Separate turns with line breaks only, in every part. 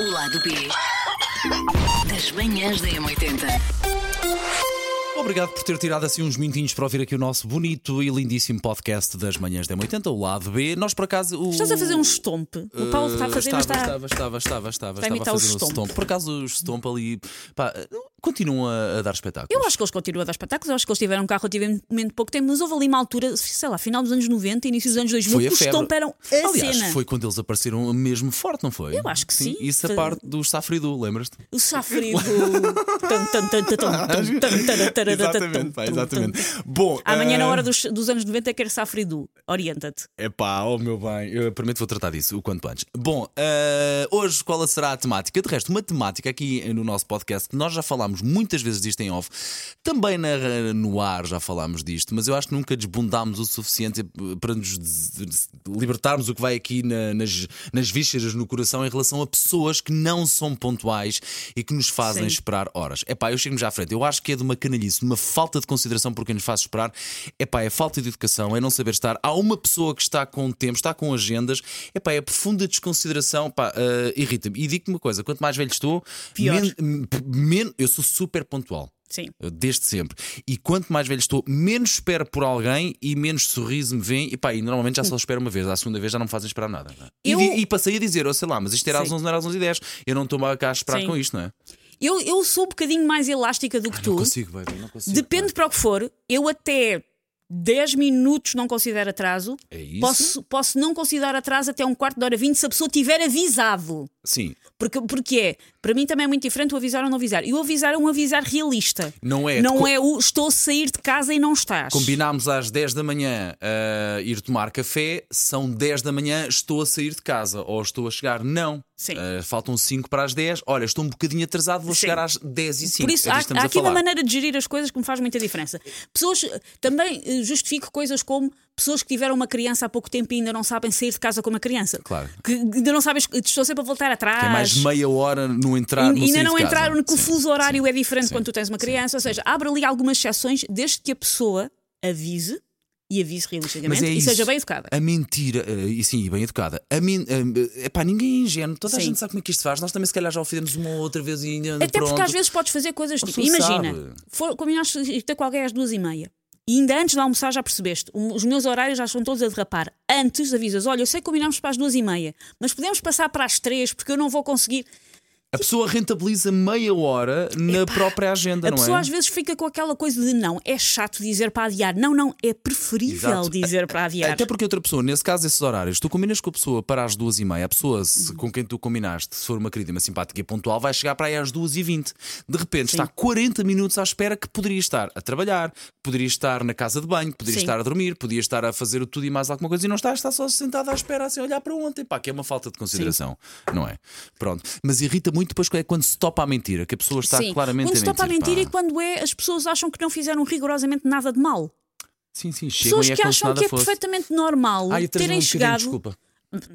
O lado B das manhãs da M80.
Obrigado por ter tirado assim uns minutinhos para ouvir aqui o nosso bonito e lindíssimo podcast das manhãs da M80, o lado B. Nós, por acaso. O...
Estás a fazer um stomp.
Eh,
O Paulo está a fazer,
estava,
mas está.
estava, estava, estava, estava,
Vai
estava a
imitar o
fazer um
stomp.
stomp. Por acaso, os stomp ali. Pá, continuam a, a dar espetáculos.
Eu acho que eles continuam a dar espetáculos, eu acho que eles tiveram um carro relativamente pouco tempo, mas houve ali uma altura, sei lá, final dos anos 90, início dos anos 2000,
Foi a
que os
febre.
stomp eram um- a
Aliás,
cena.
foi quando eles apareceram mesmo forte, não foi?
Eu acho que sim.
Isso a
Foi-
parte do Safridu, lembras-te?
O safrido. Tum, tum, tum, tum, tum, tum, tum, tará, tará, tum,
Exatamente, pá,
tum,
exatamente.
tum.
Bom,
Amanhã, na
ah,
hora dos, dos anos 90, quero safrido. Orienta-te.
Epá, oh meu bem, eu prometo que vou tratar disso o quanto antes. Bom, eh, hoje qual será a temática? De resto, uma temática aqui no nosso podcast, que nós já falámos muitas vezes disto em off, também na, no ar já falámos disto, mas eu acho que nunca desbundámos o suficiente para nos des- libertarmos o que vai aqui na- nas, nas vísceras, no coração, em relação a pessoas que não são pontuais e que nos fazem
Sim.
esperar horas. Epá, eu chego-me já à frente. Eu acho que é de uma canalhice, de uma falta de consideração por quem nos faz esperar. Epá, é falta de educação, é não saber estar. Há uma pessoa que está com tempo, está com agendas. Epá, é profunda desconsideração. Pá, ah, irrita-me. E digo-te uma coisa: quanto mais velho estou,
Pior.
men- men- eu sou super pontual.
Sim.
Desde sempre. E quanto mais velho estou, menos espero por alguém e menos sorriso me vem. E pá, e normalmente já só espero uma vez. À segunda vez já não me fazem esperar nada. não é? E
Eu-
di- E, passei a dizer, oh, sei lá, mas isto era às
Sim.
11, não era às 11 e 10. Eu não estou cá a esperar
Sim.
com isto, não é?
Eu, eu sou um bocadinho mais elástica do que tu.
Ah, Não consigo, baby, não consigo.
Depende para o que for, eu até 10 minutos não considero atraso.
É isso?
Posso, posso não considerar atraso até um quarto de hora 20 se a pessoa tiver avisado.
Sim,
Porque, porque é, para mim também é muito diferente o avisar ou não avisar. E o avisar é um avisar realista.
Não é de
Não
co-
é o estou a sair de casa e não estás.
combinámos às 10 da manhã a ir tomar café, são 10 da manhã, estou a sair de casa ou estou a chegar. Não.
Sim.
Ah, faltam 5 para as 10. Olha, estou um bocadinho atrasado, vou
Sim.
chegar às 10 e É 5.
Por isso, há, há aqui uma maneira de gerir as coisas que me faz muita diferença. Pessoas, eh, também eh, justifico coisas como pessoas que tiveram uma criança há pouco tempo e ainda não sabem sair de casa com uma criança.
Claro.
Que ainda não sabem, estou sempre a voltar atrás.
É mais meia hora no entrar no
E ainda
sair
não
Ah, de casa.
entraram, que o
Sim,
fuso horário
sim.
é diferente
Sim.
quando tu tens uma criança. Ou seja, abre ali algumas exceções desde que a pessoa avise e
Mas
avise realisticamente
é
e
isso.
seja bem educada.
A mentira, eh, e sim, e bem educada. A men- eh, epá, ninguém é ingênuo, toda a
Sim.
gente sabe como é que isto faz. Nós também, se calhar, já o fizemos uma ou outra vez e ainda.
Até
pronto.
porque às vezes podes fazer coisas tipo,
pessoa
imagina,
sabe.
for, combinaste ir ter com alguém é às duas e meia. E ainda antes de almoçar já percebeste, um, os meus horários já estão todos a derrapar. Antes avisas, olha, eu sei que combinámos para as duas e meia, mas podemos passar para as três porque eu não vou conseguir.
A pessoa rentabiliza meia hora na própria agenda,
A
não
pessoa
é?
às vezes fica com aquela coisa de não, é chato dizer para adiar. Não, não, é preferível
Exato.
dizer para adiar.
Até porque outra pessoa, nesse caso, esses horários, tu combinas com a pessoa para as duas e meia, a pessoa se-
Uhum.
com quem tu combinaste, se for uma querida, uma simpática e pontual, vai chegar para aí às duas e vinte. De repente está 40 minutos à espera que poderia estar a trabalhar, poderia estar na casa de banho, poderia
Sim.
estar a dormir, poderia estar a fazer o tudo e mais alguma coisa e não está, está só sentada à espera, assim, a olhar para ontem. Pá, que é uma falta de consideração, não é? Pronto. Mas irrita muito depois é quando se topa a mentira, que a pessoa está
Sim.
claramente
quando
a
se
mentir.
topa a mentir
pá.
e quando é, as pessoas acham que não fizeram rigorosamente nada de mal.
Sim, sim, chegam
Pessoas
e é
que
como se
acham
nada
que é
fosse.
perfeitamente normal
Ai, atrasei um
terem
bocadinho,
chegado.
Desculpa.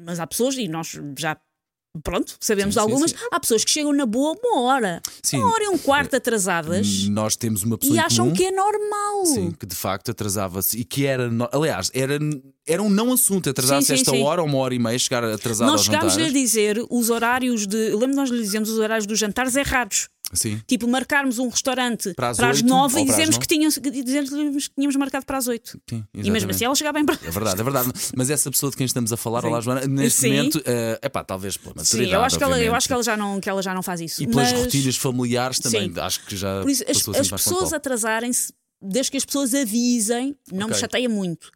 Mas há pessoas, e nós já. Pronto, sabemos
Sim, sim,
algumas.
sim.
Há pessoas que chegam na boa uma hora,
Sim.
uma hora e um quarto atrasadas
Nós temos uma pessoa
e
em
acham
comum,
que é normal.
Sim, que de facto atrasava-se e que era. no- Aliás, era, era um não assunto atrasar-se
Sim, sim,
esta
sim.
hora ou uma hora e meia, chegar atrasado
Nós
aos
chegámos a
jantares.
dizer os horários de. eu Lembro nós lhe dizemos os horários dos jantares errados.
Sim.
Tipo, marcarmos um restaurante
Para
para
as
as,
oito,
nove
ou
e
para as
dizermos
nove.
que, tínhamos, que dizermos que tínhamos marcado para as oito.
Sim,
E mesmo
exatamente.
assim ela chegava bem para.
É verdade, é verdade. Mas essa pessoa de quem estamos a falar, olá Joana, neste
Sim.
momento, é epá, talvez pela maturidade.
Sim, eu acho, que ela, eu
obviamente.
acho que ela já não, que ela já não faz isso.
E pelas
Mas,
rotinas familiares também,
Sim.
acho que já.
Por isso, as,
passou a
as
ser mais
pessoas
pontual.
atrasarem-se, desde que as pessoas avisem, não me
Ok.
chateia muito.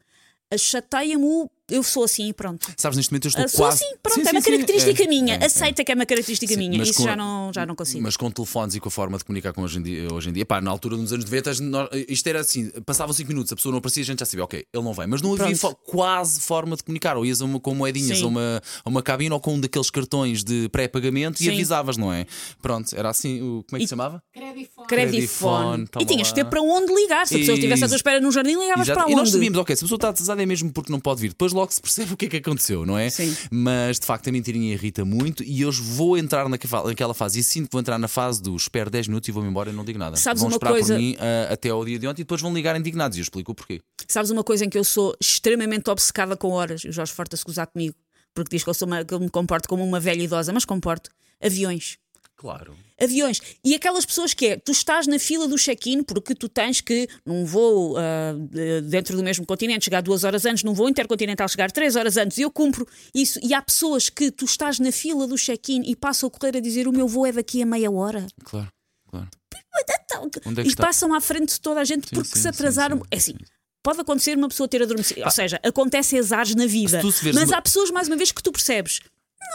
As chateia-me o eu sou assim e pronto.
Sabes, neste momento eu estou
Ah, Sou
quase.
assim, pronto,
Sim,
é uma
sim, sim,
característica
é,
minha.
é, é.
Aceita que é uma característica
Sim,
minha.
mas
Isso
com-
já, não, já não consigo.
Mas com telefones e com a forma de comunicar com hoje em dia, hoje em dia. Pá, na altura dos anos 90, nós- isto era assim: passavam 5 minutos, a pessoa não aparecia, a gente já sabia, ok, ele não vem. Mas não havia
Pronto.
fo- quase forma de comunicar. Ou ias a uma, com moedinhas
Sim.
a uma, a uma cabine ou com um daqueles cartões de pré-pagamento e
Sim.
avisavas, não é? Pronto, era assim, o, como é que se chamava? Credifone,
Credifone.
toma
E tinhas de ter
lá.
para onde ligar. Se a pessoa estivesse à
Isso.
tua espera no jardim, ligavas
Exato.
para
E nós
onde?
sabíamos, ok, se a pessoa está atrasada é mesmo porque não pode vir. Depois logo se percebe o que é que aconteceu, não é?
Sim.
Mas de facto a mentirinha irrita muito e hoje vou entrar naque- naquela fase e sinto que vou entrar na fase do espero 10 minutos e vou-me embora e não digo nada.
Sabes
vão
uma
esperar
coisa?
por mim ah, até ao dia de ontem e depois vão ligar indignados e eu explico o porquê.
Sabes uma coisa em que eu sou extremamente obcecada com horas? E o Jorge Forte a se gozar comigo. porque diz que eu, sou uma- que eu me comporto como uma velha idosa, mas comporto. Aviões.
Claro.
Aviões. E aquelas pessoas que é, tu estás na fila do check-in porque tu tens que, num voo ah, de- dentro do mesmo continente, chegar duas horas antes, num voo intercontinental chegar três horas antes, e eu cumpro isso. E há pessoas que tu estás na fila do check-in e passam a correr a dizer o meu voo é daqui a meia hora.
Claro, claro.
Então,
Onde é que
e
está?
passam à frente de toda a gente
Sim,
porque
sim,
se
sim,
atrasaram.
sim, Ah,
É assim. Pode acontecer uma pessoa ter adormecido. Ou seja, acontecem azares na vida.
Se tu se veres
Mas
uma-
há pessoas, mais uma vez, que tu percebes.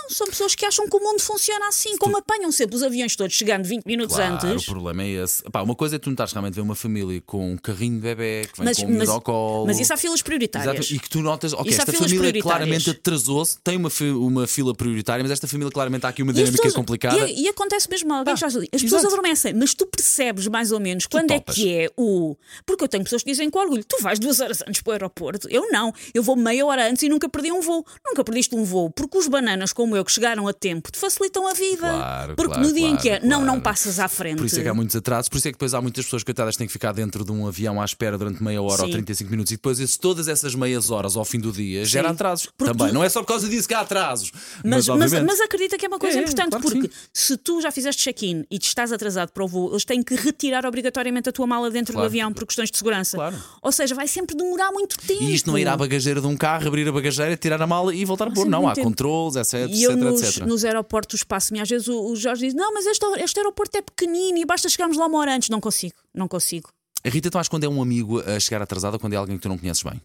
Não, são pessoas que acham que o mundo funciona assim. Como apanham sempre os aviões todos chegando 20 minutos
Claro,
antes.
o problema é esse. Pá, uma coisa é tu não estás realmente a ver uma família com um carrinho de bebê, que vem
Mas,
com um
mas,
miúdo ao colo.
mas isso há filas prioritárias.
Exato, e que tu notas, ok,
Isso há
esta
filas
família
prioritárias.
claramente atrasou-se, tem uma, fi- uma fila prioritária, mas esta família claramente há aqui uma
E as
dinâmica é
pessoas-
complicada.
E, e acontece mesmo alguém
Ah,
já As pessoas
exato.
adormecem, mas tu percebes mais ou menos quando é
topas.
que é o. Porque eu tenho pessoas que dizem com orgulho: tu vais duas horas antes para o aeroporto. Eu não. Eu vou meia hora antes e nunca perdi um voo. Nunca perdiste um voo, porque os bananas como eu que chegaram a tempo te facilitam a vida.
Claro,
porque
claro,
no dia em
claro,
que é, não, não
claro.
passas à frente.
Por isso é que há muitos atrasos, por isso é que depois há muitas pessoas coitadas que têm que ficar dentro de um avião à espera durante meia hora ou
Sim.
35 minutos e depois esses- todas essas meias horas ao fim do dia gera atrasos.
Porque
Também,
tu-
não é só por causa disso que há atrasos.
Mas, mas,
obviamente.
mas acredita que é uma
É,
coisa
é,
importante,
claro que
porque
sim.
se tu já fizeste check-in e te estás atrasado para o voo, eles têm que retirar obrigatoriamente a tua mala dentro
Claro.
do avião por questões de segurança.
Claro.
Ou seja, vai sempre demorar muito tempo.
E isto não é ir à bagageira de um carro, abrir a bagageira, tirar a mala e voltar a pôr.
sim,
Não,
muito
há
tempo.
controles, etc,
E eu
etc,
nos,
etc.
nos aeroportos passo-me. Às vezes o, o Jorge diz: Não, mas este, este aeroporto é pequenino e basta chegarmos lá uma hora antes. Não consigo, não consigo.
Rita, tu achas quando é um amigo a chegar atrasado ou quando é alguém que tu não conheces bem?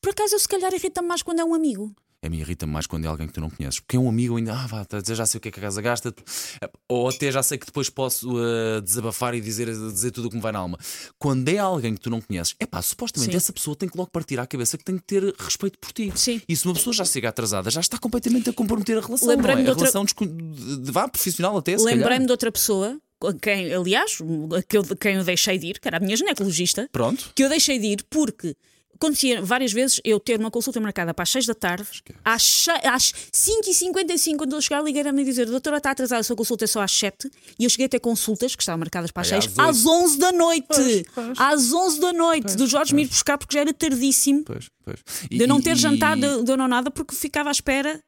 Por acaso eu se calhar irrita-me mais quando é um amigo.
A mim irrita-me mais quando é alguém que tu não conheces. Porque é um amigo ainda, ah, vá, tá, já sei o que é que a casa gasta. Ou até já sei que depois posso eh, desabafar e dizer, dizer tudo o que me vai na alma. Quando é alguém que tu não conheces, é pá, supostamente
Sim.
essa pessoa tem que logo partir à cabeça que tem que ter respeito por ti.
Sim.
E se uma pessoa já chega atrasada, já está completamente a comprometer a relação. não é?
Lembrei-me de
A
outra-
relação descu- de, de- vá, profissional até. se calhar.
Lembrei-me de outra pessoa, com quem, aliás, que eu, quem eu deixei de ir, que era a minha ginecologista.
Pronto.
que eu deixei de ir porque acontecia várias vezes eu ter uma consulta marcada para as 6 da tarde, às, che- às 5h55, quando eu chegar, ligaram-me e dizer: Doutora, está atrasada a sua consulta é só às 7 e eu cheguei a ter consultas que estavam marcadas para as
Aí
6
às
às 11 da noite.
Pois, pois.
Às 11 da noite, do Jorge me ir buscar porque já era tardíssimo,
Pois, pois.
de eu não ter
e-
jantado, de- de eu não nada, porque ficava à espera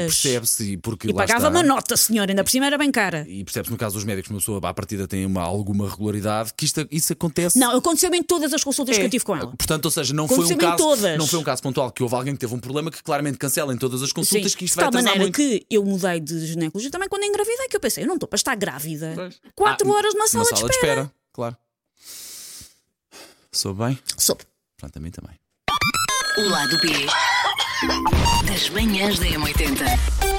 E percebe-se, e porque
E
lá
pagava
está-
uma nota, senhora, ainda por cima era bem cara.
E percebe-se no caso dos médicos, uma pessoa à partida tem uma, alguma regularidade, que isto, isso acontece.
Não, aconteceu-me em todas as consultas
É.
que eu tive com ela.
Portanto, ou seja, não foi, um
Aconteceu-me em
caso,
todas.
não foi um caso pontual que houve alguém que teve um problema que claramente cancela em todas as consultas
Sim,
que isto
de
vai
tal
atrasar
maneira
muito.
que eu mudei de ginecologia também quando engravidei, que eu pensei, eu não estou para estar grávida. Quatro
Ah,
horas numa sala, de espera.
Claro. Sou bem?
Soube.
Pronto, a mim também.
O lado B das manhãs da M80.